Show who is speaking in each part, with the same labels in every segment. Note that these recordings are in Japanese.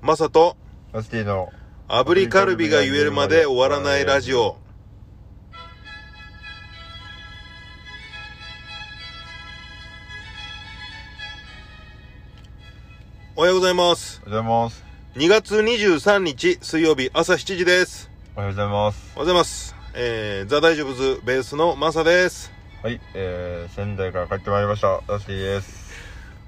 Speaker 1: マサと
Speaker 2: マスティの
Speaker 1: 炙りカルビが言えるまで終わらないラジオ。おはようございます。
Speaker 2: おはようございます
Speaker 1: 2月23日水曜日朝7時です。
Speaker 2: おはようございます
Speaker 1: おはようございます。えー、ザ・大丈夫ズベースのマサです。
Speaker 2: はいえー、仙台から帰ってまいりましたダスティです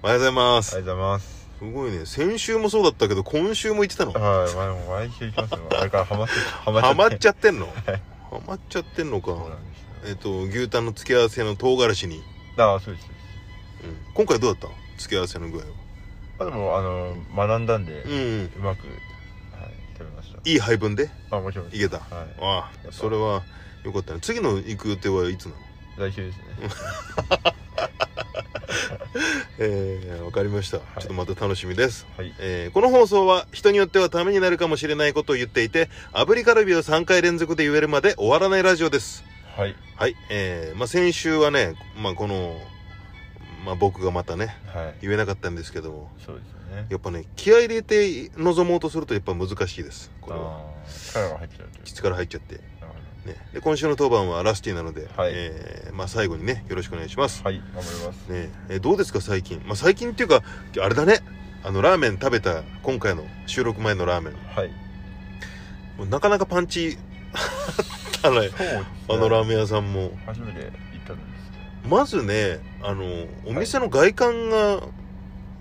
Speaker 1: おはようございます。
Speaker 2: おはようございます
Speaker 1: すごいね。先週もそうだったけど、今週も言ってたの。
Speaker 2: はい前も毎週行きます よあれからハマってハマっちゃ
Speaker 1: ハマっち
Speaker 2: ゃ
Speaker 1: ゃってんのハマっちゃってんのか。
Speaker 2: そうなんですよ
Speaker 1: えっ、と、牛タンの付け合わせの唐辛子に。
Speaker 2: ああそうですそうです
Speaker 1: うん今回どうだった付け合わせの具合は
Speaker 2: あでもあの学んだんで、
Speaker 1: う
Speaker 2: うんまくはい食べまし
Speaker 1: いい配分で
Speaker 2: たあもちろん
Speaker 1: いけた
Speaker 2: はい
Speaker 1: ああそれはよかったね次の行く予定はいつなの
Speaker 2: 来週ですね
Speaker 1: ええわかりました、
Speaker 2: い
Speaker 1: ちょっとまた楽しみです
Speaker 2: はい
Speaker 1: えーこの放送は人によってはためになるかもしれないことを言っていて炙りカルビを3回連続で言えるまで終わらないラジオです
Speaker 2: はい
Speaker 1: はいえーまあ、先週はね、まあ、この、まあ、僕がまたね
Speaker 2: はい
Speaker 1: 言えなかったんですけども
Speaker 2: そうですよね
Speaker 1: やっぱね気合い入れて臨もうとするとやっぱ難しいですこれは
Speaker 2: あー力が入っちゃうという
Speaker 1: 口から入っちゃって
Speaker 2: なるほ
Speaker 1: ね、で今週の当番はラスティなので、
Speaker 2: はい
Speaker 1: えーまあ、最後にねよろしくお願いします、
Speaker 2: どはい頑張ります
Speaker 1: ねえーどうですか最近、まあ、最近っていうかあれだねあのラーメン食べた今回の収録前のラーメン
Speaker 2: はい
Speaker 1: もうなかなかパンチあった ね
Speaker 2: そうですね
Speaker 1: あのラーメン屋さんも
Speaker 2: 初めて行ったんですけど
Speaker 1: まずねあのお店の外観が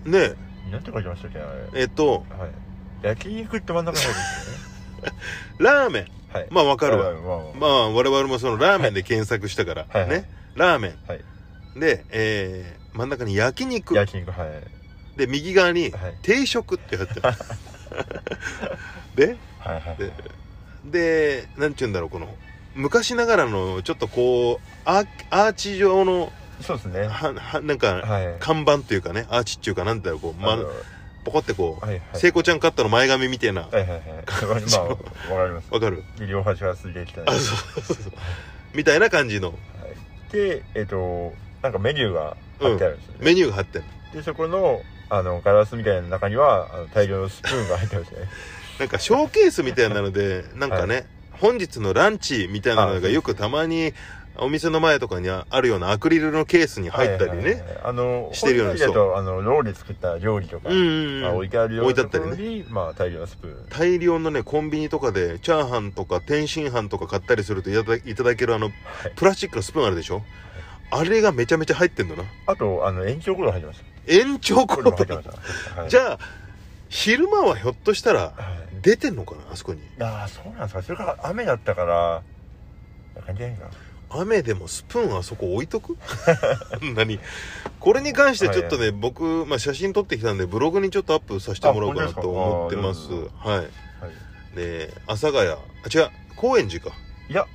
Speaker 1: ね
Speaker 2: なんて書きましたっけあれ
Speaker 1: えっと
Speaker 2: はい。焼肉って真ん中入るん ですよね。
Speaker 1: ラーメン
Speaker 2: はい。
Speaker 1: まあわかるわ、
Speaker 2: はいまあ
Speaker 1: まあ我々もそのラーメンで検索したから、
Speaker 2: はいはいはい
Speaker 1: ねラーメン、
Speaker 2: はい
Speaker 1: で、えー真ん中に焼肉
Speaker 2: 焼肉、はい。
Speaker 1: で右側に
Speaker 2: はい
Speaker 1: 定食ってやってるで
Speaker 2: はいはい。
Speaker 1: ででなんて言うんだろうこの昔ながらのちょっとこうアーアーチ状の
Speaker 2: そうですね。は
Speaker 1: ははなんか
Speaker 2: い。
Speaker 1: 看板というかねアーチっていうかなんだろうこう、
Speaker 2: あ
Speaker 1: ま
Speaker 2: の、、
Speaker 1: ポコってこう
Speaker 2: はいはい。
Speaker 1: 聖子、ちゃんカットの前髪みたいな
Speaker 2: はいはいはい。 まあ、わかります。
Speaker 1: わかる
Speaker 2: で両端がすげえ汚い。
Speaker 1: あ
Speaker 2: は
Speaker 1: そうそうそうみたいな感じの
Speaker 2: い。で、えっと、なんかメニューが貼ってあるんですよね。
Speaker 1: メニューが貼ってんの
Speaker 2: で、そこの、あの、ガラスみたいな中には、あの大量のスプーンが入ってますね。
Speaker 1: なんかショーケースみたいなのでなんかね、本日のランチみたいなのがよくたまにお店の前とかにあるようなアクリルのケースに 入ったりね、
Speaker 2: はいはいはい。あの、
Speaker 1: してるような
Speaker 2: 本来だと、あの、ロールで作った料理とか、
Speaker 1: うんうんうん
Speaker 2: まあ置いてあるよう
Speaker 1: 置い
Speaker 2: な
Speaker 1: てあ
Speaker 2: と
Speaker 1: った
Speaker 2: こ
Speaker 1: りね
Speaker 2: ろに、まあ、大量のスプーン。
Speaker 1: 大量のねコンビニとかでチャーハンとか天津飯とか買ったりするといただいただけるあの
Speaker 2: はい
Speaker 1: プラスチックのスプーンあるでしょあれがめちゃめちゃ入ってんだな
Speaker 2: あと、あの、延長コード入ってました。
Speaker 1: 延長コ
Speaker 2: これも
Speaker 1: ー
Speaker 2: 入って
Speaker 1: ド
Speaker 2: ました。はい
Speaker 1: じゃあ昼間はひょっとしたら
Speaker 2: はい
Speaker 1: 出てんのかなあそこに
Speaker 2: ああそうなんですかそれから雨だったから関係ないか
Speaker 1: 雨でもスプーンあそこ置いと く何これに関してちょっとね、僕、まあ、写真撮ってきたんでブログにちょっとアップさせてもらおうかなと思ってます
Speaker 2: あ本当です
Speaker 1: は
Speaker 2: はい
Speaker 1: で阿佐ヶ谷あ違う高円寺か
Speaker 2: いいや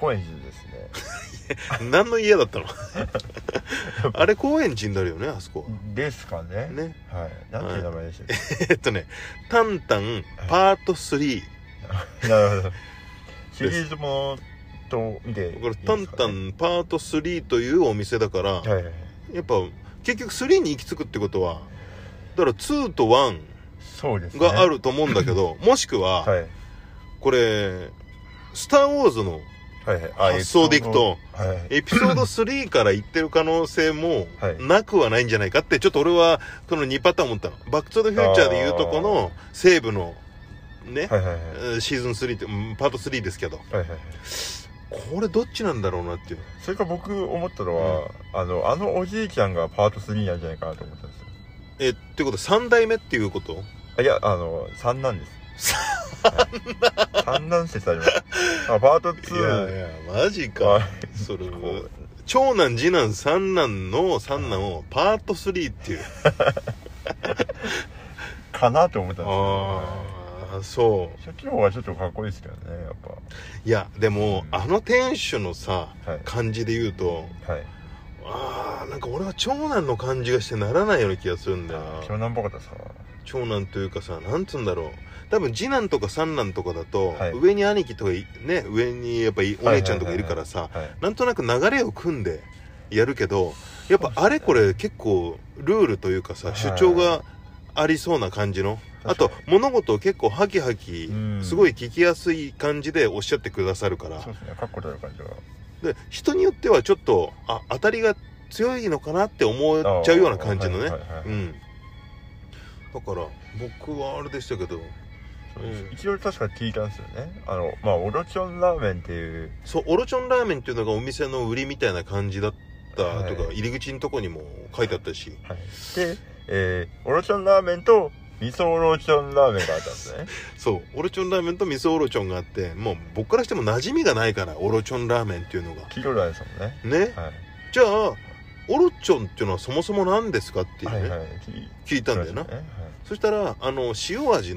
Speaker 2: 高円寺です ね
Speaker 1: 何の家だ ったのあれ高円寺になるよねあそこ
Speaker 2: ですかね
Speaker 1: ね
Speaker 2: はいなんていう名前でしたっ
Speaker 1: えっとね「タンタンパート3」
Speaker 2: け なるほどシリーズものと見ていい
Speaker 1: これ
Speaker 2: で
Speaker 1: 「
Speaker 2: すか
Speaker 1: タ
Speaker 2: ね
Speaker 1: ンタンパート3」というお店だから、
Speaker 2: はいはいはい
Speaker 1: やっぱ結局3に行き着くってことはだから2と1
Speaker 2: そうですね
Speaker 1: があると思うんだけ ど、もしくは、
Speaker 2: はい
Speaker 1: これ「スター・ウォーズ」の
Speaker 2: はいはいあ
Speaker 1: 発想でいくと
Speaker 2: えっはい
Speaker 1: エピソード3からいってる可能性も
Speaker 2: はい
Speaker 1: なくはないんじゃないかってちょっと俺はこの2パターン思ったの「バック・トゥ・ザ・フューチャー」でいうとこの西部のね、
Speaker 2: はいはいはい
Speaker 1: えーシーズン3ってうんパート3ですけど
Speaker 2: はいはいはい
Speaker 1: これどっちなんだろうなっていう
Speaker 2: それから僕思ったのはあのあのおじいちゃんがパート3なんじゃないかなと思ったんですよ
Speaker 1: えってことは3代目っていうこと
Speaker 2: あいや、あの、三男です。三男三男説あります。あパート2。
Speaker 1: やマジ
Speaker 2: はい
Speaker 1: それ
Speaker 2: こ
Speaker 1: 長男次男三男の三男をパート3っていう
Speaker 2: かなと思ったんですけどは
Speaker 1: ああそう
Speaker 2: い。そっちの方がちょっとかっこいいですけどね、やっ
Speaker 1: いやでも、
Speaker 2: うん
Speaker 1: あの店主のさ
Speaker 2: ぱ。はい。
Speaker 1: 感じで言うと
Speaker 2: はい。
Speaker 1: あーなんか俺は長男の感じがしてならないような気がするんだよ
Speaker 2: 長
Speaker 1: な
Speaker 2: 男っぽかったですか
Speaker 1: 長男というかさなんつうんだろう多分次男とか三男とかだと、
Speaker 2: はい
Speaker 1: 上に兄貴とかいね上にやっぱいお姉ちゃんとかいるからさ、
Speaker 2: はい。
Speaker 1: なんとなく流れを組んでやるけどやっぱあれこれ結構ルールというかさ
Speaker 2: はい
Speaker 1: 主張がありそうな感じのあと物事を結構ハキハキ
Speaker 2: うん
Speaker 1: すごい聞きやすい感じでおっしゃってくださるから
Speaker 2: そうですねかっこたる感じが
Speaker 1: で人によってはちょっとあ当たりが強いのかなって思っちゃうような感じのね、
Speaker 2: あーはいはいはい
Speaker 1: うんだから僕はあれでしたけど
Speaker 2: そう
Speaker 1: うん
Speaker 2: 一応確か聞いたんですよねあのまあオロチョンラーメンっていう
Speaker 1: そうオロチョンラーメンっていうのがお店の売りみたいな感じだったとか、
Speaker 2: はい
Speaker 1: 入り口のとこにも書いてあったし
Speaker 2: で、えー、オロチョンラーメンと味噌オロチョンラーメンがあったんですね
Speaker 1: そうオロチョンラーメンと味噌オロチョンがあってもう僕からしても馴染みがないからオロチョンラーメンっていうのが
Speaker 2: 黄色いラーメンですもんね
Speaker 1: ね
Speaker 2: はい
Speaker 1: じゃあオロチョンっていうのはそもそも何ですかっていう
Speaker 2: は
Speaker 1: ね、
Speaker 2: いはい聞い
Speaker 1: 聞いたんだよな、
Speaker 2: そうですね
Speaker 1: そしたらあの塩味の
Speaker 2: はいはい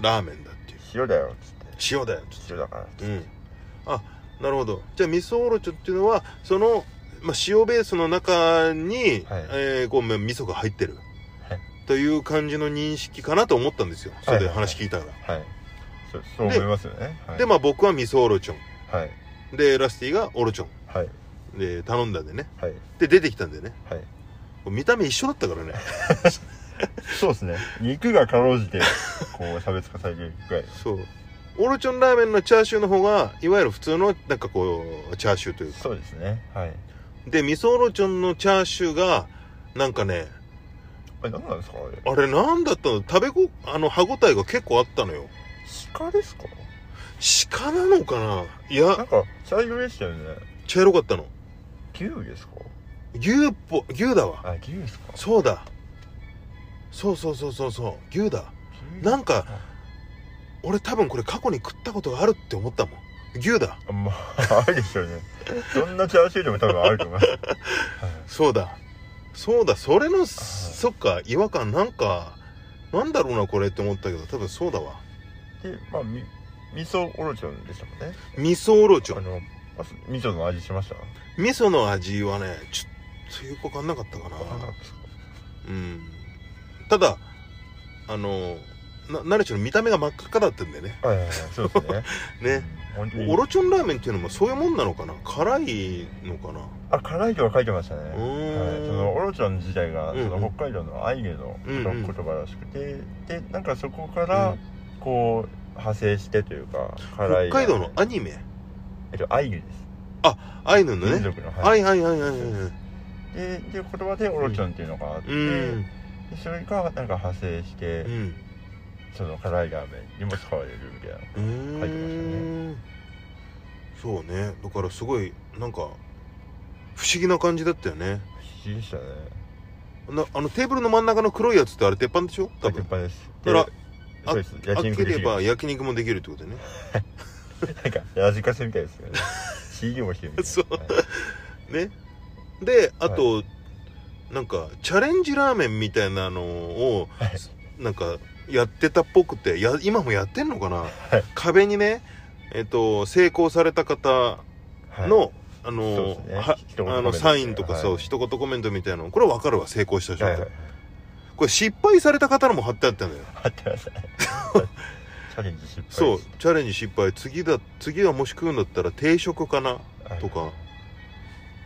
Speaker 1: ラーメンだっていう
Speaker 2: 塩だよっつって
Speaker 1: 塩だよちょっ
Speaker 2: 塩だからっつ
Speaker 1: と
Speaker 2: っ
Speaker 1: う
Speaker 2: て
Speaker 1: んあなるほどじゃあ味噌オロチョンっていうのはその、まあ、塩ベースの中に、
Speaker 2: はい
Speaker 1: えーこうまあ味噌が入ってる、
Speaker 2: はい
Speaker 1: という感じの認識かなと思ったんですよそれで
Speaker 2: はいはいはい
Speaker 1: 話聞いたら、
Speaker 2: はいそそう思いますよねはい
Speaker 1: でまあ僕は味噌オロチョ
Speaker 2: はい
Speaker 1: ンでラスティがオロチョ
Speaker 2: はい
Speaker 1: ンで頼んだんでね
Speaker 2: はい
Speaker 1: で出てきたんでね
Speaker 2: はい
Speaker 1: 見た目一緒だったからね
Speaker 2: そうですね肉がかろうじてこう差別化されるぐらいの
Speaker 1: そうオロチョンラーメンのチャーシューの方がいわゆる普通のなんかこうチャーシューというか
Speaker 2: そうですねはい
Speaker 1: で味噌オロチョンのチャーシューがなんかね
Speaker 2: あれ何なんですかあれ
Speaker 1: あれなんだったの食べごあの歯ごたえが結構あったのよ
Speaker 2: 鹿ですか
Speaker 1: 鹿なのかない
Speaker 2: な
Speaker 1: や
Speaker 2: んか茶色でしたよね
Speaker 1: 茶色かったの
Speaker 2: 牛ですか
Speaker 1: 牛っぽ牛だわ
Speaker 2: あ牛ですか
Speaker 1: そうだそうそうそうそうそう牛だ
Speaker 2: 牛
Speaker 1: なんか俺多分これ過去に食ったことがあるって思ったもん牛だ
Speaker 2: あまああるでしょうねどんなチャーシューでも多分あると思います、はい
Speaker 1: そうだそうだそれのそっか違和感なんかなんだろうなこれって思ったけど多分そうだわ
Speaker 2: でまあみ味噌オロチョンでしたもんね
Speaker 1: 味噌オロチョ
Speaker 2: あ
Speaker 1: ン
Speaker 2: のあす味噌の味しました
Speaker 1: 味噌の味はねちょっとよくわかんなかったかな
Speaker 2: わかんなかったですか
Speaker 1: うんただあのな何しろ見た目が真っ赤っかだったんだよね
Speaker 2: はいはいはいそうですね
Speaker 1: ね、
Speaker 2: うん本当に
Speaker 1: オロチョンラーメンっていうのもそういうもんなのかな辛いのかな
Speaker 2: あ辛いとは書いてましたね
Speaker 1: うーん
Speaker 2: はい、そのオロチョン自体が
Speaker 1: うん
Speaker 2: そ
Speaker 1: うん
Speaker 2: の北海道のアイヌの
Speaker 1: うんうん
Speaker 2: 言葉らしくて、でなんかそこから
Speaker 1: うん
Speaker 2: こう派生してというか辛
Speaker 1: 北
Speaker 2: い
Speaker 1: 海道のアニメ
Speaker 2: えっとアイヌです
Speaker 1: アイヌの
Speaker 2: 民
Speaker 1: ね
Speaker 2: 族の、、
Speaker 1: はいいはいはいはいはい
Speaker 2: でで言葉でオロチョンっていうのがあって、
Speaker 1: うん
Speaker 2: でそれがなんか派生して、
Speaker 1: うん
Speaker 2: その辛いラーメンにも使われるみたいな
Speaker 1: う
Speaker 2: 書いてました
Speaker 1: ーんそうねだからすごいなんか不思議な感じだったよね
Speaker 2: 不思議でしたね
Speaker 1: なあのテーブルの真ん中の黒いやつってあれ鉄板でしょ多
Speaker 2: 鉄
Speaker 1: 分
Speaker 2: 板です
Speaker 1: あら
Speaker 2: でそうです
Speaker 1: あ
Speaker 2: 焼
Speaker 1: っ
Speaker 2: 肉
Speaker 1: け
Speaker 2: で
Speaker 1: れ
Speaker 2: きるな
Speaker 1: ば焼肉もできるってことね
Speaker 2: んかラジカセみたいです よね CD もしてるみたいな
Speaker 1: そう
Speaker 2: はい
Speaker 1: ねであと、なんかチャレンジラーメンみたいなのを、
Speaker 2: はい
Speaker 1: なんかやってたっぽくてや今もやってんのかな、
Speaker 2: い
Speaker 1: 壁にねえっと成功された方
Speaker 2: はい
Speaker 1: の、あ
Speaker 2: そう
Speaker 1: の
Speaker 2: ですね
Speaker 1: は
Speaker 2: 一言コメントみたいな
Speaker 1: あのサインとかさ、
Speaker 2: はい
Speaker 1: 一言コメントみたいなのこれ分かるわ成功した人っ
Speaker 2: はい
Speaker 1: て、
Speaker 2: はい
Speaker 1: これ失敗された方のも貼ってあったのよ
Speaker 2: 合ってましたねチャレンジ失敗
Speaker 1: そうチャレンジ失敗次だ次はもし食うんだったら定食かな
Speaker 2: はい
Speaker 1: とか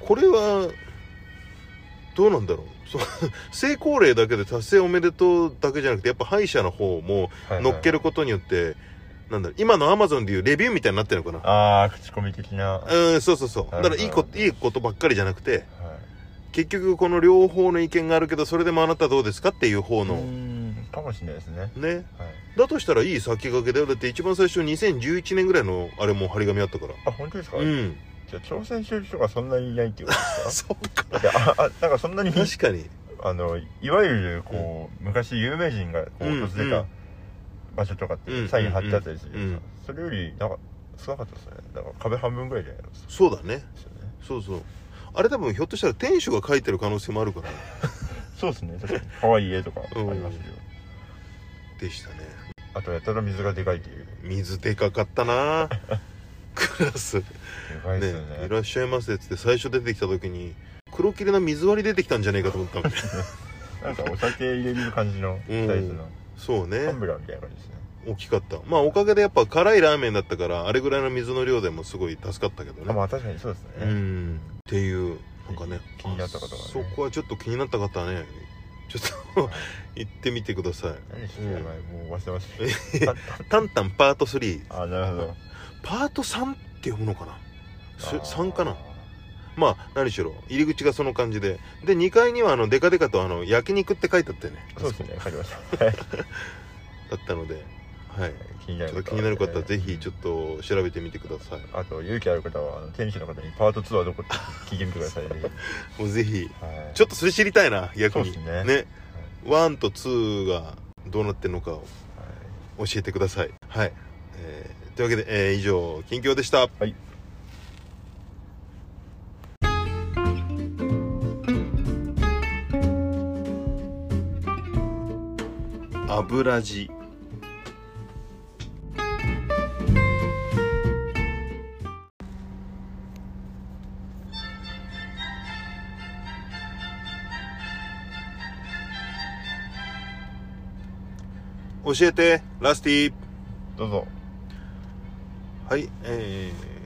Speaker 1: これはどうなんだろうそう 成功例だけで達成おめでとうだけじゃなくてやっぱ敗者の方も
Speaker 2: はいはい
Speaker 1: 乗っけることによって、なんだろう今のアマゾンでいうレビューみたいになってるのかな
Speaker 2: ああ口コミ的な、は
Speaker 1: うんそうそうそうだからいい
Speaker 2: なるほ
Speaker 1: こ
Speaker 2: ど
Speaker 1: いいことばっかりじゃなくて
Speaker 2: い
Speaker 1: 結局この両方の意見があるけどそれでもあなたどうですかっていう方
Speaker 2: う
Speaker 1: の、
Speaker 2: ーんかもしれないですね
Speaker 1: ね
Speaker 2: はい
Speaker 1: だとしたらいい先駆けだよだって一番最初2011年ぐらいのあれも張り紙あったから
Speaker 2: あ本当ですか、
Speaker 1: うん
Speaker 2: じゃあ挑戦してる人がそんなにいないっていうこと です
Speaker 1: そうか
Speaker 2: かだってああなんかそんなに
Speaker 1: 確かに
Speaker 2: あのいわゆるこう、昔有名人がこう
Speaker 1: うん
Speaker 2: 訪れた場所とかっ
Speaker 1: う
Speaker 2: て
Speaker 1: ん
Speaker 2: サイン貼ってあったりするじゃないですか
Speaker 1: う
Speaker 2: それよりなんか少なかったですねだから壁半分ぐらいじゃないですか
Speaker 1: そうだね
Speaker 2: ですよね
Speaker 1: そうそうあれ多分ひょっとしたら店主が書いてる可能性もあるから
Speaker 2: そうですね確かに可愛い絵とかありますよ、
Speaker 1: でしたね
Speaker 2: あとやたら水がでかいっていう
Speaker 1: 水でかかったな クラスね
Speaker 2: でかいですよね
Speaker 1: いらっしゃいませ」っつって最初出てきた時に黒切れな水割り出てきたんじゃねえかと思 ったもん
Speaker 2: なんかお酒入れる感じのサイズの
Speaker 1: そう
Speaker 2: タ
Speaker 1: ね
Speaker 2: ンブラーみたいな感じですね
Speaker 1: 大きかったまあおかげでやっぱ辛いラーメンだったからあれぐらいの水の量でもすごい助かったけど
Speaker 2: あま
Speaker 1: ね
Speaker 2: あ確かにそうですね、
Speaker 1: うんっていうなんかね
Speaker 2: 気になった方がね
Speaker 1: あそこはちょっと気になった方はねちょっと 行ってみてください
Speaker 2: 何してればいいもう忘れまし
Speaker 1: え
Speaker 2: た
Speaker 1: タンタンパート3
Speaker 2: あなるほど
Speaker 1: パート3って読むのかなす
Speaker 2: あー
Speaker 1: 3かなまあ何しろ入り口がその感じでで2階にはあのデカデカとあの焼肉って書いてあったよね
Speaker 2: そうですね書きました はい
Speaker 1: だったのではい
Speaker 2: 気にな
Speaker 1: ち
Speaker 2: る
Speaker 1: ょっと気になる方はぜひちょ
Speaker 2: っ
Speaker 1: っと調べてみてください
Speaker 2: とあと勇気ある方はあの店主の方にパート2はどこって聞いてみてくださいね
Speaker 1: もうぜひ
Speaker 2: はい
Speaker 1: ちょっとそれ知りたいな逆に
Speaker 2: そうっすね
Speaker 1: 1と2がどうなってんのかを教えてくださいはい、えーというわけで、えー以上近況でした
Speaker 2: はい
Speaker 1: 油地教えてラスティ
Speaker 2: どうぞ
Speaker 1: はい、えー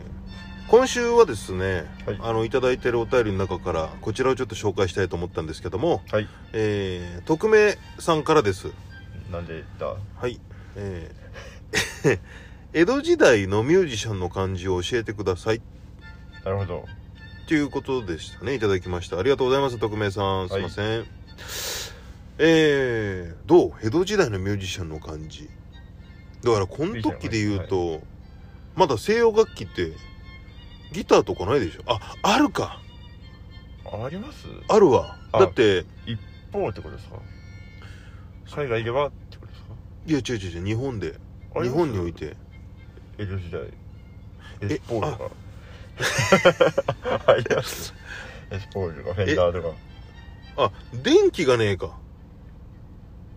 Speaker 1: 今週はですね、
Speaker 2: はい
Speaker 1: あのいただいているお便りの中からこちらをちょっと紹介したいと思ったんですけども、
Speaker 2: はい
Speaker 1: えー匿名さんからです
Speaker 2: なんでだ
Speaker 1: はいえー 江戸時代のミュージシャンの漢字を教えてくださいっ
Speaker 2: なるほど
Speaker 1: ていうことでしたねいただきましたありがとうございます匿名さんすいません、えーどう江戸時代のミュージシャンの漢字だからこの時で言うと、まだ西洋楽器ってギターとかないでしょああるか
Speaker 2: あります
Speaker 1: あるわ
Speaker 2: あ
Speaker 1: だって
Speaker 2: ポーってことですか海外ではってことですか
Speaker 1: いや違う違う違う日本で
Speaker 2: あ
Speaker 1: 日
Speaker 2: ります
Speaker 1: 本において
Speaker 2: 江戸時代
Speaker 1: え
Speaker 2: エスポールとか ありますエスポールとかフェンダーとか
Speaker 1: あ電気がねえか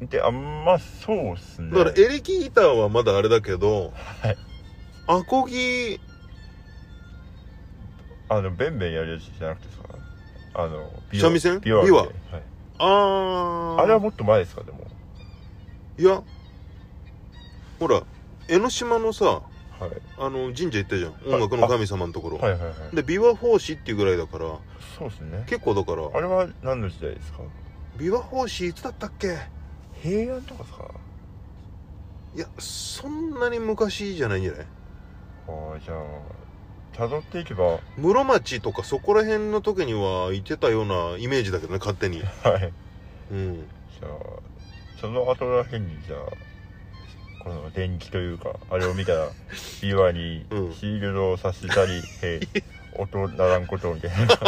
Speaker 2: であんまそうっすね
Speaker 1: だからエレキギターはまだあれだけど、
Speaker 2: はい
Speaker 1: アコギ
Speaker 2: あのベンベンやるやつじゃなくてさあの
Speaker 1: 三味線
Speaker 2: ビワ
Speaker 1: 琵琶
Speaker 2: はい
Speaker 1: あー
Speaker 2: あれはもっと前ですかでも
Speaker 1: いやほら江ノ島のさ
Speaker 2: はい
Speaker 1: あの神社行ったじゃん
Speaker 2: い
Speaker 1: 音楽の神様のところ、
Speaker 2: はいはいはい
Speaker 1: で琵琶法師っていうぐらいだから
Speaker 2: そうっすね
Speaker 1: 結構だから
Speaker 2: あれは何の時代ですか
Speaker 1: 琵琶法師いつだったっけ
Speaker 2: 平安とかですか
Speaker 1: いやそんなに昔じゃないんじゃない
Speaker 2: あーじゃあ辿っていけばは
Speaker 1: 室町とかそこら辺の時にはいてたようなイメージだけどね勝 手に
Speaker 2: い
Speaker 1: うん
Speaker 2: じゃあその後らへんにじゃあこの電気というかあれを見た らビワに
Speaker 1: うん
Speaker 2: シールドをさしたり、 へい音ならんことみたいなフ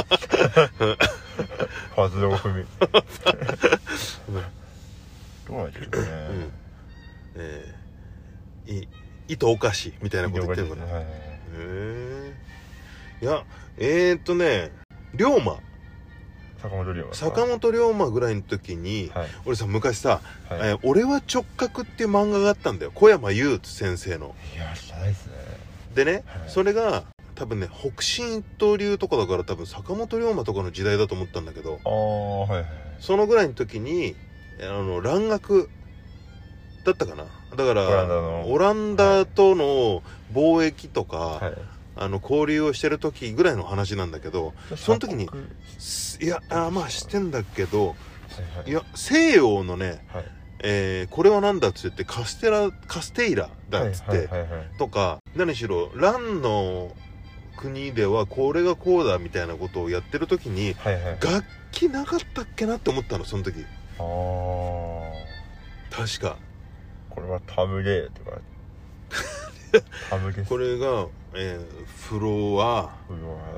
Speaker 2: ァズを踏みどうなんでしょうかね、
Speaker 1: うんえー、い糸おかしみたいなこと言ってるのかな
Speaker 2: は
Speaker 1: へ
Speaker 2: いはいはい
Speaker 1: えいやえー、っとね龍馬
Speaker 2: 坂本龍馬
Speaker 1: 坂本龍馬ぐらいの時に
Speaker 2: はい
Speaker 1: 俺さ昔さ「
Speaker 2: はい、
Speaker 1: えー俺は直角」っていう漫画があったんだよ小山雄先生の
Speaker 2: いや知らないですね
Speaker 1: でね、
Speaker 2: はい
Speaker 1: それが多分ね北進一刀流とかだから多分坂本龍馬とかの時代だと思ったんだけど
Speaker 2: ああはいはい
Speaker 1: そのぐらいの時にあの蘭学だったかなだから
Speaker 2: オランダの
Speaker 1: オランダとの貿易とか、
Speaker 2: はい
Speaker 1: あの交流をしてる時ぐらいの話なんだけどその時に
Speaker 2: 鎖
Speaker 1: すいやあーまあしてんだけど
Speaker 2: 国はいはい
Speaker 1: いや西洋のね、
Speaker 2: はい
Speaker 1: えーこれは何だっつってカステラカステイラだっつって、
Speaker 2: はいはいはいはい
Speaker 1: とか何しろ蘭の国ではこれがこうだみたいなことをやってる時に
Speaker 2: はいはい
Speaker 1: 楽器なかったっけなって思ったのその時
Speaker 2: ああ
Speaker 1: 確か
Speaker 2: これはタムゲーとか タムゲス
Speaker 1: これが、えーフロア、
Speaker 2: うわは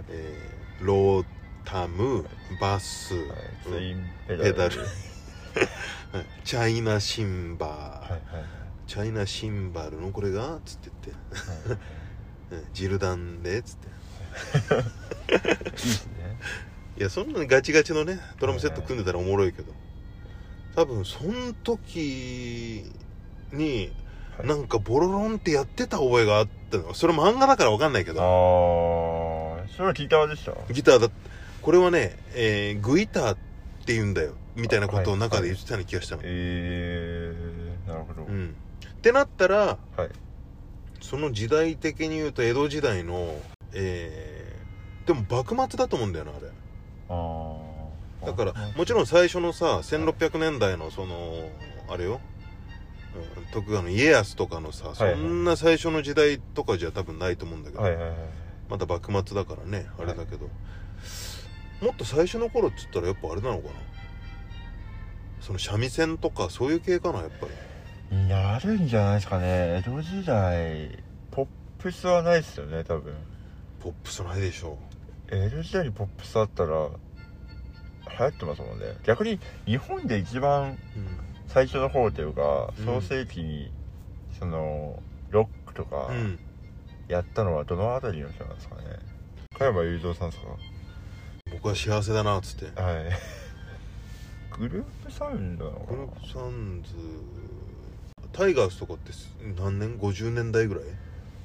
Speaker 1: えーロータムバス、
Speaker 2: い
Speaker 1: うん
Speaker 2: ツインペダル
Speaker 1: ペダル
Speaker 2: はい
Speaker 1: はいチャイナシンバー、
Speaker 2: はいはい
Speaker 1: チャイナシンバルのこれがつって言って
Speaker 2: はい
Speaker 1: うんジルダンでつって
Speaker 2: いいですね
Speaker 1: いやそんなにガチガチのねドラムセット組んでたらおもろいけど多分そん時に
Speaker 2: はい
Speaker 1: なんかボロロンってやってた覚えがあったのそれ漫画だからわかんないけ
Speaker 2: あ
Speaker 1: ど
Speaker 2: あそれはギターでした
Speaker 1: ギターだこれはね、えーグイターって言うんだよみたいなことを中で言ってたような気がしたの、
Speaker 2: えー、なるほど、
Speaker 1: うんってなったら
Speaker 2: はい
Speaker 1: その時代的に言うと江戸時代のえーでも幕末だと思うんだよなあれ
Speaker 2: あー
Speaker 1: だからもちろん最初のさ1600年代のそのあれようん徳川の家康とかのさそ
Speaker 2: はいはい
Speaker 1: んな最初の時代とかじゃ多分ないと思うんだけど、
Speaker 2: はいはいはい
Speaker 1: まだ幕末だからねあれだけど、もっと最初の頃っつったらやっぱあれなのかなその三味線とかそういう系かなやっぱり
Speaker 2: になるんじゃないですかね江戸時代ポップスはないですよね多分
Speaker 1: ポップスないでしょ
Speaker 2: 江戸時代にポップスあったら流行ってますもんね逆に日本で一番
Speaker 1: う
Speaker 2: 最初の方というか
Speaker 1: うん
Speaker 2: 創世紀にそのロックとか
Speaker 1: ん、うん、
Speaker 2: やったのはどの辺りの人なんですかね加山雄三さんです
Speaker 1: 僕は幸せだなっつって
Speaker 2: かはい グループサウンドなのか
Speaker 1: グ
Speaker 2: な
Speaker 1: ループサンズタイガースとかって何年50年代ぐらい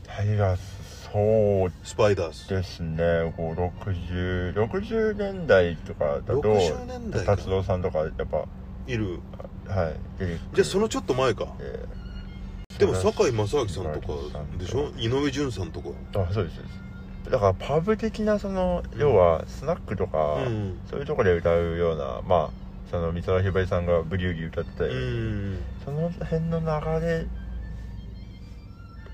Speaker 2: タイガースそう
Speaker 1: スパイダース
Speaker 2: ですね6060年代とかだと
Speaker 1: 60年代か
Speaker 2: 達郎さんとかやっぱ
Speaker 1: いる
Speaker 2: はい
Speaker 1: じゃあそ
Speaker 2: の
Speaker 1: のちょっと前かでも堺正明さんとかでしょ井上順さんとか
Speaker 2: あそうですそうですだからパブ的なその要はスナックとか、
Speaker 1: うん
Speaker 2: そういうところで歌うようなまあその美空ひばりさんがブリューギー歌ってた
Speaker 1: う
Speaker 2: り、
Speaker 1: ん
Speaker 2: その辺の流れ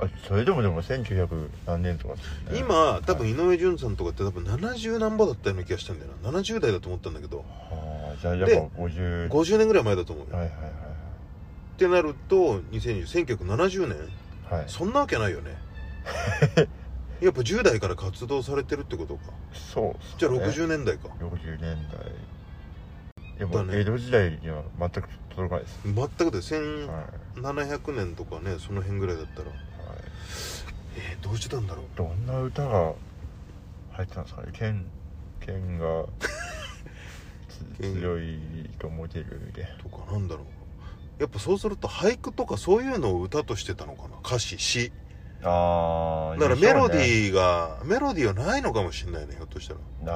Speaker 2: あそれでもでも1900何年とかですよね
Speaker 1: 今多分井上順さんとかって多分70何歩だったような気がしたんだよな70代だと思ったんだけど
Speaker 2: あーじゃあやっ
Speaker 1: で
Speaker 2: ぱ50
Speaker 1: 50年ぐらい前だと思うよ、
Speaker 2: はいはい
Speaker 1: ってなると201970年
Speaker 2: はいはいはい
Speaker 1: そんなわけない よねやっぱ10代から活動されてるってことか
Speaker 2: そうっすね
Speaker 1: じゃあ60年代か
Speaker 2: 60年代いやも
Speaker 1: だ
Speaker 2: う
Speaker 1: ね
Speaker 2: 江戸時代には全く届かないです、
Speaker 1: 全くだよ
Speaker 2: はいは
Speaker 1: 1700
Speaker 2: い、
Speaker 1: 年とかねその辺ぐらいだったらえー、どうしてたんだろう
Speaker 2: どんな歌が入ってたんですかね剣剣がつ
Speaker 1: 剣
Speaker 2: 強いと思ってるみたいな
Speaker 1: とかなんだろうやっぱそうすると俳句とかそういうのを歌としてたのかな歌詞詩
Speaker 2: あ
Speaker 1: だからメロデ
Speaker 2: ー
Speaker 1: ィーが、メロディーはないのかもしれないねひょっとしたら
Speaker 2: あ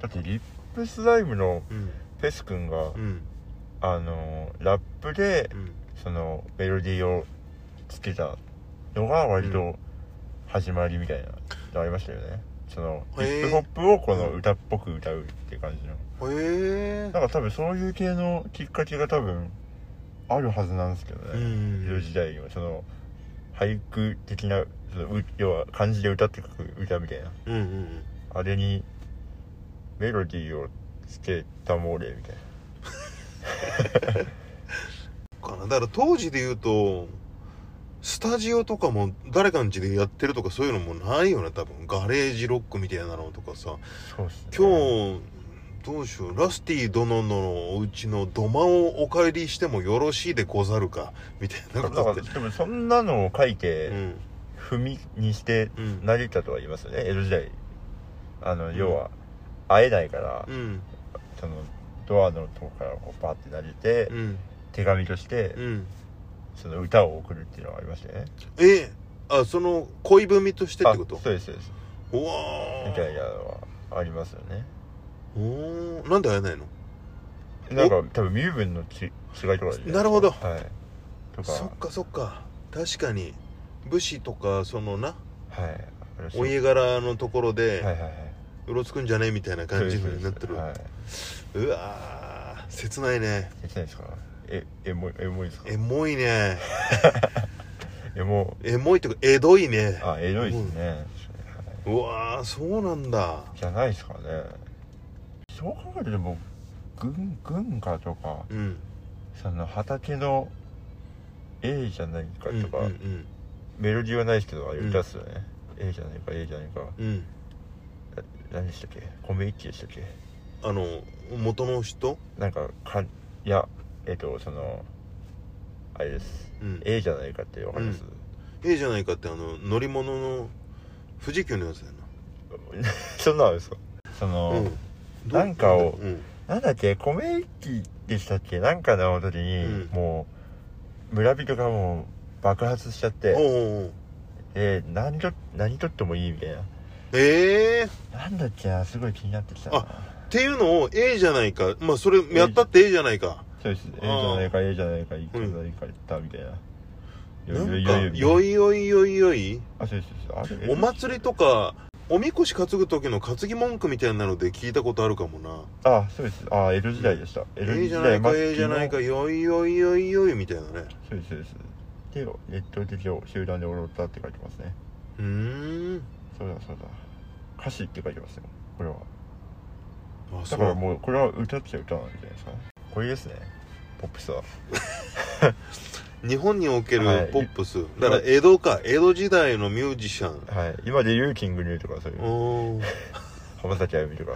Speaker 2: ーだってリップスライムの
Speaker 1: うん
Speaker 2: ペス君
Speaker 1: う
Speaker 2: が、
Speaker 1: ん
Speaker 2: あのラップで
Speaker 1: うん
Speaker 2: そのメロディーをつけたのが割と始まりみたいなのありましたよねそのヒ
Speaker 1: へー
Speaker 2: ップホップをこの歌っぽく歌うっていう感じの
Speaker 1: へえ
Speaker 2: なんか多分そういう系のきっかけが多分あるはずなんですけど
Speaker 1: う
Speaker 2: ね
Speaker 1: ん
Speaker 2: 江戸時代にはその俳句的なそのう要は漢字で歌って書く歌みたいな
Speaker 1: うんうんうん
Speaker 2: あれにメロディーをつけたもれみたいな
Speaker 1: かなだから当時で言うとスタジオとかも誰かん家でやってるとかそういうのもないよね多分ガレージロックみたいなのとかさ
Speaker 2: そうっすね
Speaker 1: 今日どうしようラスティ殿のお家の土間をお借りしてもよろしいでござるかみたいな
Speaker 2: だ
Speaker 1: こと
Speaker 2: か
Speaker 1: って
Speaker 2: らでもそんなのを書いうて
Speaker 1: ん
Speaker 2: 踏みにして
Speaker 1: うん
Speaker 2: 成田とは言いますよね江戸時代あの要は会えないから、
Speaker 1: うん
Speaker 2: そのドアのとこからこうパーって投げて、
Speaker 1: うん
Speaker 2: 手紙として
Speaker 1: うん
Speaker 2: その歌を送るっていうのがありましたね
Speaker 1: えあその恋文としてってこと
Speaker 2: あそうですそうです
Speaker 1: うわ
Speaker 2: みたいなのはありますよね
Speaker 1: ーおーなんで会えないのお
Speaker 2: なんか多分身分のち違いとかじゃいですか
Speaker 1: なるほど
Speaker 2: はいとか
Speaker 1: そっかそっか確かに武士とかそのな
Speaker 2: はいあれ
Speaker 1: お家柄のところで、
Speaker 2: はいはいはいう
Speaker 1: ろつくんじゃねえみたいな感じ
Speaker 2: そうです
Speaker 1: になってる、
Speaker 2: はい
Speaker 1: うんうわー切ないね
Speaker 2: 切ないですかえエモいエモいですか
Speaker 1: エモいね
Speaker 2: エモ
Speaker 1: エモいってかエドいね
Speaker 2: あエロいですね、はいう
Speaker 1: わーそうなんだ
Speaker 2: じゃないですかねそう考えるとでも軍軍歌とか
Speaker 1: うん
Speaker 2: その畑の絵じゃないか
Speaker 1: うん
Speaker 2: とか、
Speaker 1: うん
Speaker 2: メロディーはないですけどあれ
Speaker 1: うん
Speaker 2: 歌っすよね、絵じゃないか絵じゃないか
Speaker 1: うんうん
Speaker 2: 何でしたっけ米一でしたっけ
Speaker 1: あの元の人
Speaker 2: なんかかいやえっとそのあれです
Speaker 1: うんえ
Speaker 2: 絵じゃないかってわかります、
Speaker 1: えじゃないかってあの乗り物の富士急のやつだよ
Speaker 2: そんなのあるんですかその、
Speaker 1: なうんど
Speaker 2: なんかを
Speaker 1: うん
Speaker 2: なんだっけ米一でしたっけなんかの時に、
Speaker 1: うん
Speaker 2: もう村人がもう爆発しちゃっ
Speaker 1: おう
Speaker 2: て
Speaker 1: おうおう
Speaker 2: で何と何とってもいいみたいな
Speaker 1: ええ
Speaker 2: なんだっけなすごい気になってきたな
Speaker 1: っていうのを A じゃないかまあそれやったって A じゃないか
Speaker 2: そうです絵
Speaker 1: あ
Speaker 2: じゃないか絵じゃないかいくじゃないか言ったみたいな、
Speaker 1: なんか
Speaker 2: よいよいよい
Speaker 1: よ
Speaker 2: よい
Speaker 1: いよいよいよい
Speaker 2: あそうですそうですあれ
Speaker 1: お祭りとかおみこし担ぐ時の担ぎ文句みたいなので聞いたことあるかもな
Speaker 2: あそうですあ江戸時代でした、江戸
Speaker 1: ええ
Speaker 2: 時
Speaker 1: じゃな
Speaker 2: 代
Speaker 1: い
Speaker 2: 末期
Speaker 1: か
Speaker 2: の
Speaker 1: ええじゃないかよいよいよいよいみたいなね
Speaker 2: そうですそうですで熱狂的を集団で踊ったって書いてますね
Speaker 1: うーん
Speaker 2: そうだそうだ歌詞って書いてますよこれは
Speaker 1: あそ
Speaker 2: だから
Speaker 1: う
Speaker 2: もうこれは歌っちゃ歌なんじゃないですかこれですねポップスは
Speaker 1: 日本におけ
Speaker 2: はい
Speaker 1: るポップス、だから江戸か江戸時代のミュージシャン
Speaker 2: はい今で言うキングニューとかそういう
Speaker 1: おー
Speaker 2: 浜崎あゆ みとか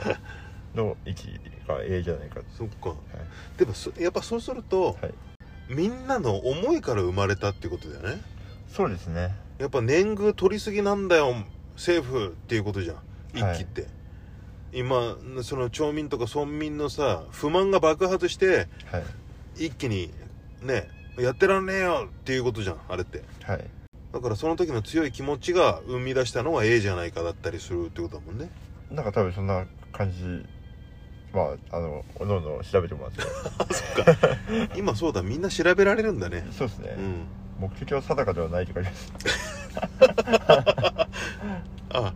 Speaker 2: の位置が A じゃないか
Speaker 1: そっか、でもそやっぱそうすると、
Speaker 2: はい
Speaker 1: みんなの思いから生まれたってことだよね
Speaker 2: そうですね
Speaker 1: やっぱ年貢取りすぎなんだよ政府っていうことじゃん一
Speaker 2: はい
Speaker 1: 揆って、今その町民とか村民のさ不満が爆発して
Speaker 2: はい
Speaker 1: 一気にねやってらんねえよっていうことじゃんあれって
Speaker 2: はい
Speaker 1: だからその時の強い気持ちが生み出したのはええじゃないかだったりするってことだもんね
Speaker 2: なんか多分そんな感じまああのおのおの調べてもらって
Speaker 1: 今そうだみんな調べられるんだね
Speaker 2: そうですね、
Speaker 1: うん
Speaker 2: 目的は定かではないとか言います
Speaker 1: あ
Speaker 2: はい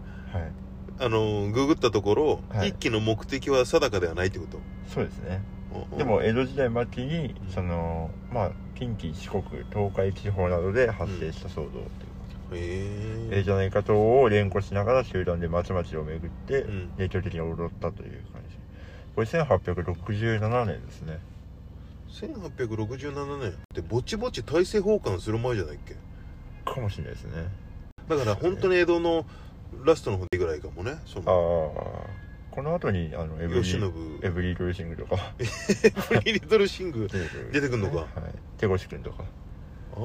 Speaker 1: あのググったところ、
Speaker 2: はい
Speaker 1: 一揆の目的は定かではないってこと
Speaker 2: そうですね
Speaker 1: うんうん
Speaker 2: でも江戸時代末期に
Speaker 1: うん
Speaker 2: そのまあ近畿四国東海地方などで発生した騒動という
Speaker 1: へ
Speaker 2: ええ
Speaker 1: え
Speaker 2: じゃないか党を連呼しながら集団で町々を巡って
Speaker 1: うん
Speaker 2: 熱狂的に踊ったという感じこれ1867年ですね
Speaker 1: 1867年ってぼちぼち大政奉還する前じゃないっけ
Speaker 2: かもしれないですね
Speaker 1: だから本当に江戸のラストの方でぐらいかもねそ
Speaker 2: ああ
Speaker 1: の
Speaker 2: この後にあのエブ
Speaker 1: 慶
Speaker 2: リ
Speaker 1: 喜
Speaker 2: エブリー・ルーシングとか
Speaker 1: フリーリトルシング
Speaker 2: 出てくる
Speaker 1: 出てくんのか
Speaker 2: はい手越くんとか
Speaker 1: ああ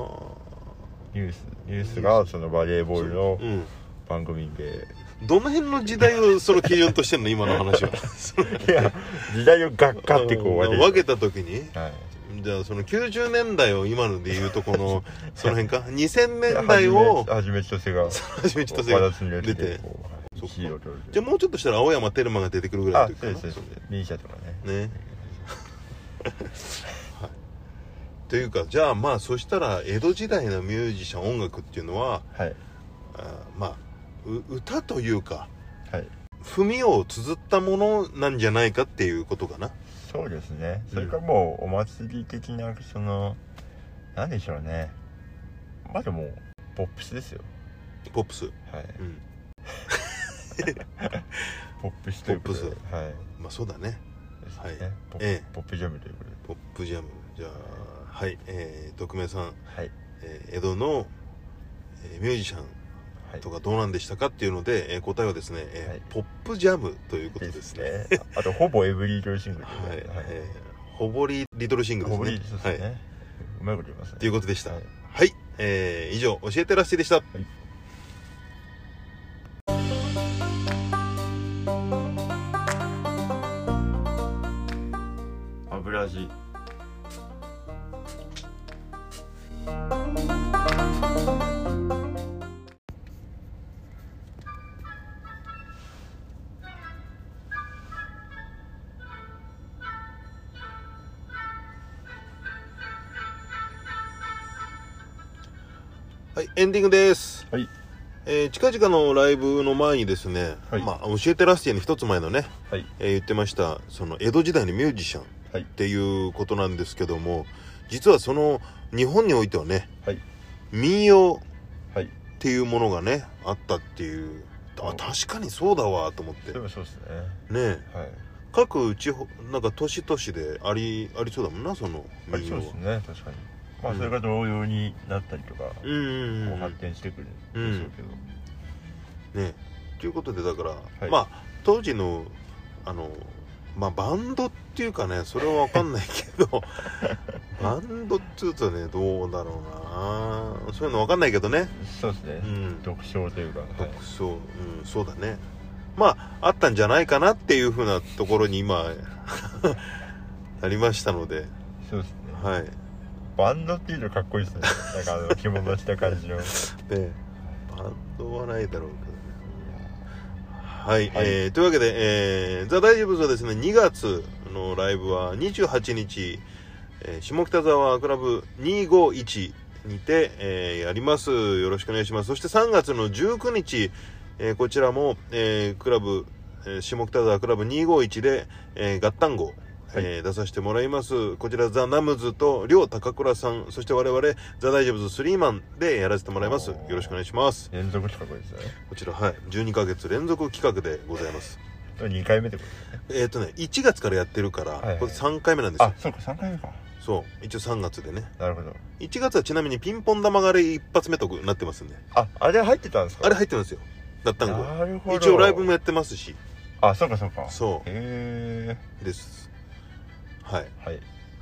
Speaker 2: ニュースニュースがそのバレーボールの
Speaker 1: うん
Speaker 2: 番組で
Speaker 1: どの辺の時代をその基準としてんの今の話 はその
Speaker 2: いや時代をガッガってこう
Speaker 1: あの分けた時に
Speaker 2: はい
Speaker 1: じゃあその90年代を今ので言うとこ のその辺か2000年代を
Speaker 2: はじめはじめ千歳が
Speaker 1: 初めちょっとせ
Speaker 2: 和田恒之
Speaker 1: 出て
Speaker 2: でこう
Speaker 1: そっか
Speaker 2: 1位を取る
Speaker 1: じゃあもうちょっとしたら青山テルマが出てくるぐらいの
Speaker 2: あ
Speaker 1: 時
Speaker 2: そう
Speaker 1: か
Speaker 2: で
Speaker 1: な
Speaker 2: すそうですミーシャとかね
Speaker 1: ねというかじゃあまあそしたら江戸時代のミュージシャン音楽っていうのは
Speaker 2: はい
Speaker 1: あーまあう歌というか
Speaker 2: はい
Speaker 1: 踏みを綴ったものなんじゃないかっていうことかな
Speaker 2: そうですねそれかもうお祭り的なそのなんでしょうねまあでもポップスですよ
Speaker 1: ポップス、う
Speaker 2: はい
Speaker 1: ん、
Speaker 2: ポップスということで
Speaker 1: ポップ
Speaker 2: はい
Speaker 1: まあそうだね
Speaker 2: ですね
Speaker 1: はい
Speaker 2: ポ
Speaker 1: ええ
Speaker 2: ポップジャムということで
Speaker 1: ポップジャムじゃあはいえー、徳明さん、
Speaker 2: はい
Speaker 1: えー江戸の、えーミュージシャン
Speaker 2: はい
Speaker 1: とかどうなんでしたかっていうので、えー答えはですね、えー
Speaker 2: はい
Speaker 1: ポップジャムということですね
Speaker 2: ねああとほぼエブリードルシングル
Speaker 1: は
Speaker 2: で
Speaker 1: い、
Speaker 2: はい
Speaker 1: えーほぼりリトルシングです
Speaker 2: ほぼ
Speaker 1: ね
Speaker 2: リードです
Speaker 1: はい、っ
Speaker 2: ねうまいこと言いますね
Speaker 1: ていうことでした、
Speaker 2: はい
Speaker 1: はい、えー以上教えてらっしゃいでした。
Speaker 2: 油味
Speaker 1: はい、エンディングです。
Speaker 2: はい
Speaker 1: えー近々のライブの前にですね、
Speaker 2: はい
Speaker 1: まあ、教えてラスティの一つ前のね、
Speaker 2: はい
Speaker 1: えー言ってました、その江戸時代のミュージシャンっ
Speaker 2: はい
Speaker 1: ていうことなんですけども、実はその日本においてはね、
Speaker 2: はい
Speaker 1: 民謡
Speaker 2: はい
Speaker 1: っていうものがね、あったっていう、あ、確かにそうだわと思って。
Speaker 2: で
Speaker 1: ね
Speaker 2: もそうですね
Speaker 1: え
Speaker 2: はい
Speaker 1: 各地方、なんか都市都市であり、ありそうだもんな、その
Speaker 2: あり
Speaker 1: 民謡
Speaker 2: そう
Speaker 1: は。
Speaker 2: ですね確かにまあ
Speaker 1: うん
Speaker 2: それが同様になったりとかこ
Speaker 1: うんうんう。
Speaker 2: うん発展してくるんでしょうけど
Speaker 1: ねということでだから、
Speaker 2: い
Speaker 1: まあ当時のあのまあバンドっていうかねそれは分かんないけ どバンドっつうとねどうだろうなそういうの分かんないけどね
Speaker 2: そうですね
Speaker 1: うん
Speaker 2: 独唱というかはい
Speaker 1: 独奏、うん、そうだねまああったんじゃないかなっていうふうなところに今 なりましたので
Speaker 2: そうですね
Speaker 1: はい
Speaker 2: バンドっていうのかっこいいですねなんかあの着物した 感じのいや
Speaker 1: でバンドはないだろうけどねはい、えーというわけで、えー、ザ・大丈夫ズはですね、2月のライブは28日、えー下北沢クラブ251にて、えーやります。よろしくお願いします。そして3月の19日、えーこちらも、えークラブ、えー下北沢クラブ251で、えー、ガッタンゴ、えー出させてもらいます。こちらザ・ナムズと、りょう高倉さん、そして我々、ザ・大丈夫ズスリーマンでやらせてもらいます。よろしくお願いします。
Speaker 2: 連続企画ですね
Speaker 1: こちら、はい。12ヶ月連続企画でございます。
Speaker 2: 2回目ってことですね
Speaker 1: えっ、とね、1月からやってるから、
Speaker 2: いはい
Speaker 1: これ3回目なんです
Speaker 2: あ
Speaker 1: よ。
Speaker 2: そうか3回目か
Speaker 1: そう。一応3月でね。
Speaker 2: なるほど
Speaker 1: 1月はちなみにピンポン玉があれ一発目となってますんで。
Speaker 2: ああれ入ってたんですか
Speaker 1: あれ入ってますよ。ガッタンゴ。
Speaker 2: なるほど
Speaker 1: 一応ライブもやってますし。
Speaker 2: あそうかそうか
Speaker 1: そ
Speaker 2: へ
Speaker 1: う。です。はい。
Speaker 2: えはい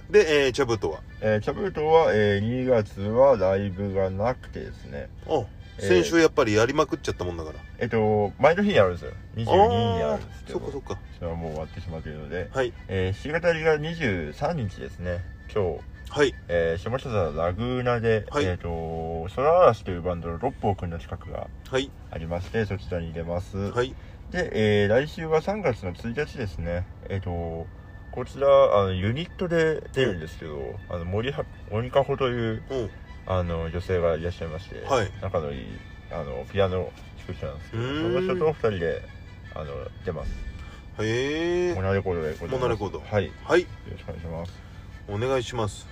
Speaker 1: で、えー、チャブートは。
Speaker 2: えー、キャブトは、えー、2月はライブがなくてですね
Speaker 1: あ、
Speaker 2: えー
Speaker 1: 先週やっぱりやりまくっちゃったもんだから。
Speaker 2: えっ、と毎度日にあるんですよ22日にあ
Speaker 1: あ
Speaker 2: るんです
Speaker 1: ー
Speaker 2: け
Speaker 1: そ
Speaker 2: ど
Speaker 1: っかそっか。
Speaker 2: それはもう終わってしまっているので、
Speaker 1: はい。
Speaker 2: えー、弾き語りが23日ですね今日、
Speaker 1: はい。
Speaker 2: えー、下北沢ラグーナで、
Speaker 1: はい
Speaker 2: えっ、と空嵐というバンドの六方くんの企画が
Speaker 1: はい。
Speaker 2: ありましてそちらに出ます、
Speaker 1: はい。
Speaker 2: で、えー、来週は3月の1日ですねえっ、とこちらあのユニットで出るんですけど、あの森は森かほという
Speaker 1: うん。
Speaker 2: あの女性がいらっしゃいまして、
Speaker 1: はい
Speaker 2: 仲のいいあのピアノ弾く人なんですけど
Speaker 1: うー
Speaker 2: そ
Speaker 1: ん
Speaker 2: の人と2人であの出ます
Speaker 1: へ
Speaker 2: モ
Speaker 1: え。
Speaker 2: ナレコードでございます
Speaker 1: モナレコード
Speaker 2: はいよ
Speaker 1: はい。
Speaker 2: ろしくお願いします
Speaker 1: お願いします。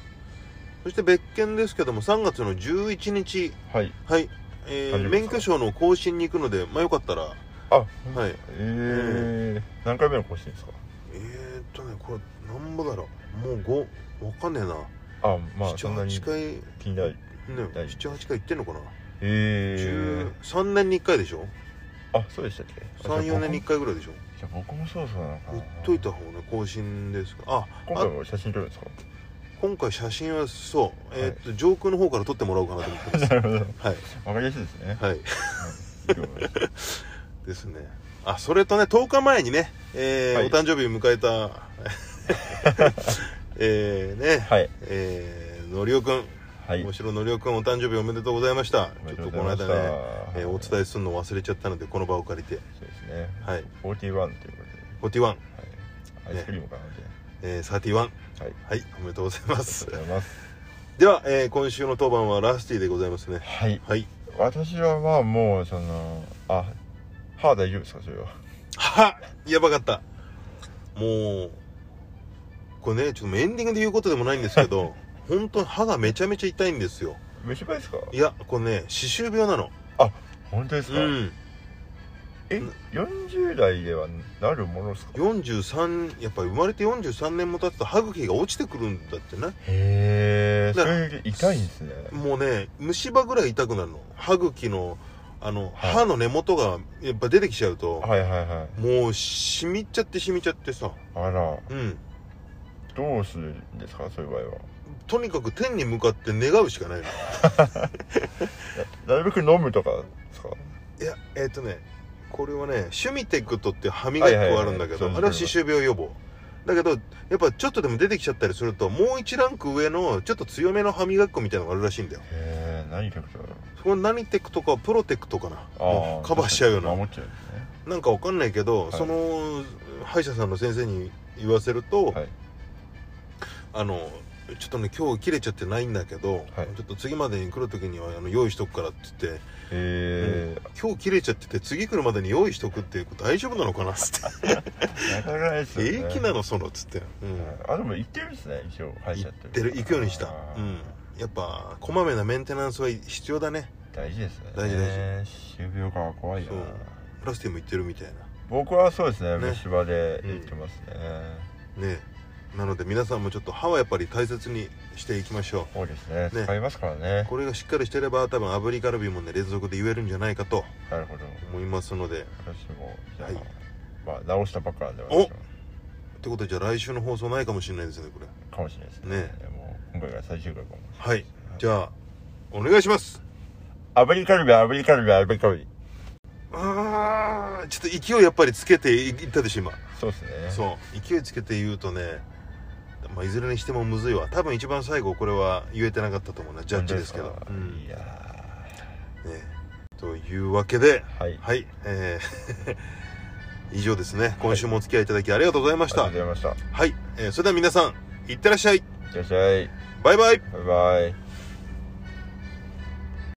Speaker 1: そして別件ですけども、3月の11日、
Speaker 2: はい
Speaker 1: はい。え
Speaker 2: 誕
Speaker 1: ー、
Speaker 2: 生日ですか
Speaker 1: 免許証の更新に行くので、まあよかったら、
Speaker 2: あ
Speaker 1: はい。
Speaker 2: えー何回目の更新ですか
Speaker 1: えーっとね、これ、なんぼだろう。もう5、わかんねえな。
Speaker 2: あまあそんな
Speaker 1: 7、
Speaker 2: に
Speaker 1: 8回、
Speaker 2: 気になる
Speaker 1: ね、
Speaker 2: 大
Speaker 1: 78回行ってんのかな、
Speaker 2: え
Speaker 1: 十
Speaker 2: ー、
Speaker 1: 3年に1回でしょ
Speaker 2: あそうでしたっけあじゃ
Speaker 1: 34
Speaker 2: あ
Speaker 1: 年に1
Speaker 2: 僕
Speaker 1: 回ぐらいでしょ
Speaker 2: じゃあ僕もそうそうなのか
Speaker 1: 売
Speaker 2: な
Speaker 1: っといた方がね更新ですかあ
Speaker 2: 今回も写真撮るんですか
Speaker 1: 今回写真はそう、えーっと上空の方から撮ってもらおうかなと思ってます
Speaker 2: なるほど
Speaker 1: はい
Speaker 2: わかりやすいですね
Speaker 1: はい
Speaker 2: はい了解です
Speaker 1: ですねあそれとね10日前にね、えー
Speaker 2: はい
Speaker 1: お誕生日迎えた えーね、
Speaker 2: はい
Speaker 1: えーのりおくん
Speaker 2: はい
Speaker 1: もしろのりおくんお誕生日おめでとうございました
Speaker 2: おめ
Speaker 1: ち
Speaker 2: でと
Speaker 1: ょ
Speaker 2: う
Speaker 1: っと
Speaker 2: ご
Speaker 1: この
Speaker 2: ざいま
Speaker 1: 間
Speaker 2: した
Speaker 1: ね、えーお伝
Speaker 2: え
Speaker 1: えするの忘れちゃったのでこの場を借りて
Speaker 2: そうですね
Speaker 1: はい
Speaker 2: 41というこ
Speaker 1: 41
Speaker 2: とで、はい、アイスクリームかなみたい
Speaker 1: えー、31
Speaker 2: なはい
Speaker 1: はいおめでとうございま
Speaker 2: あ
Speaker 1: す
Speaker 2: りがとうございます
Speaker 1: では、えー今週の当番はラスティでございますね
Speaker 2: はい
Speaker 1: はい
Speaker 2: 私はまあもうそのあ歯大丈夫ですかそれは
Speaker 1: はっやばかったもうこれねちょっとエンディングで言うことでもないんですけ ど本当に歯がめちゃめちゃ痛いんですよ
Speaker 2: 虫歯ですか
Speaker 1: いやこれね歯周病なの
Speaker 2: 本当です
Speaker 1: う
Speaker 2: か、
Speaker 1: ん
Speaker 2: え40代ではなるものですか
Speaker 1: 43やっぱり生まれて43年も経つと歯茎が落ちてくるんだってね
Speaker 2: へえそ
Speaker 1: だから
Speaker 2: れ痛いんですね
Speaker 1: もうね虫歯ぐらい痛くなるの歯茎のあの
Speaker 2: はい
Speaker 1: 歯の根元がやっぱ出てきちゃうと、
Speaker 2: はいはいはい
Speaker 1: もうしみっちゃってしみちゃってさ
Speaker 2: あら
Speaker 1: うん
Speaker 2: どうするんですかそういう場合は
Speaker 1: とにかく天に向かって願うしかないの
Speaker 2: なるべく飲むとかですか
Speaker 1: いやえっ、とねこれはねシュミテクトっていう歯磨き粉があるんだけど、
Speaker 2: はいはいはい
Speaker 1: あれは歯周病予防だけどやっぱちょっとでも出てきちゃったりするともう一ランク上のちょっと強めの歯磨き粉みたいのがあるらしいんだよ
Speaker 2: へえ何書くと
Speaker 1: そこに何テクとかプロテクとかなもうカバーしちゃうような
Speaker 2: 守っちゃうんですね
Speaker 1: なんかわかんないけど、
Speaker 2: はい
Speaker 1: その歯医者さんの先生に言わせると、
Speaker 2: はい
Speaker 1: あのちょっとね今日切れちゃってないんだけど、
Speaker 2: はい
Speaker 1: ちょっと次までに来る時にはあの用意しとくからって言って
Speaker 2: へ
Speaker 1: 今日切れちゃってて次来るまでに用意しとくっていうこと大丈夫なのかなっつっ
Speaker 2: えなかなかないです
Speaker 1: て
Speaker 2: よね
Speaker 1: 平気なのそのっつって、うん
Speaker 2: あでも行ってるんですね一応歯医
Speaker 1: 行
Speaker 2: 者
Speaker 1: っ
Speaker 2: って
Speaker 1: てる行くようにした
Speaker 2: あ、
Speaker 1: う
Speaker 2: ー
Speaker 1: ん、やっぱこまめなメンテナンスは必要だね
Speaker 2: 大事ですね
Speaker 1: 大事大
Speaker 2: 事歯周病か怖いな
Speaker 1: そうラスティも言ってるみたい
Speaker 2: 僕はそうですね
Speaker 1: ね
Speaker 2: 虫歯で行ってますね、
Speaker 1: なねなので皆さんもちょっと歯はやっぱり大切にしていきましょ
Speaker 2: そうですね
Speaker 1: ね
Speaker 2: 使いますからね
Speaker 1: うこれがしっかりしてれば多分炙りカルビもね連続で言えるんじゃないかと
Speaker 2: なるほど
Speaker 1: 思いますので
Speaker 2: 私もじゃ
Speaker 1: は
Speaker 2: あ、
Speaker 1: い
Speaker 2: まあ直したばっかなんで
Speaker 1: お
Speaker 2: 私も
Speaker 1: ってことでじゃあ来週の放送ないかもしれないですねこれ
Speaker 2: かもしれないですね
Speaker 1: ね
Speaker 2: もう今回が最終回かも
Speaker 1: はいじゃあお願いします
Speaker 2: 炙りカルビ炙りカルビ炙りカルビ
Speaker 1: あーちょっと勢いやっぱりつけていったでしょ今
Speaker 2: そうですねう
Speaker 1: そう勢いつけて言うとね、まあ、いずれにしてもむずいわ多分一番最後これは言えてなかったと思うなジャッジですけどうん
Speaker 2: い
Speaker 1: ね、
Speaker 2: や
Speaker 1: というわけで
Speaker 2: ーはい
Speaker 1: はいえー 以上ですね今週もお付き合いいただきありがとうございま
Speaker 2: あ
Speaker 1: し
Speaker 2: りがと
Speaker 1: た
Speaker 2: うございましたい
Speaker 1: はい、えーそれでは皆さんいってらっしゃい
Speaker 2: らっしゃい
Speaker 1: バイバイ
Speaker 2: バイバイ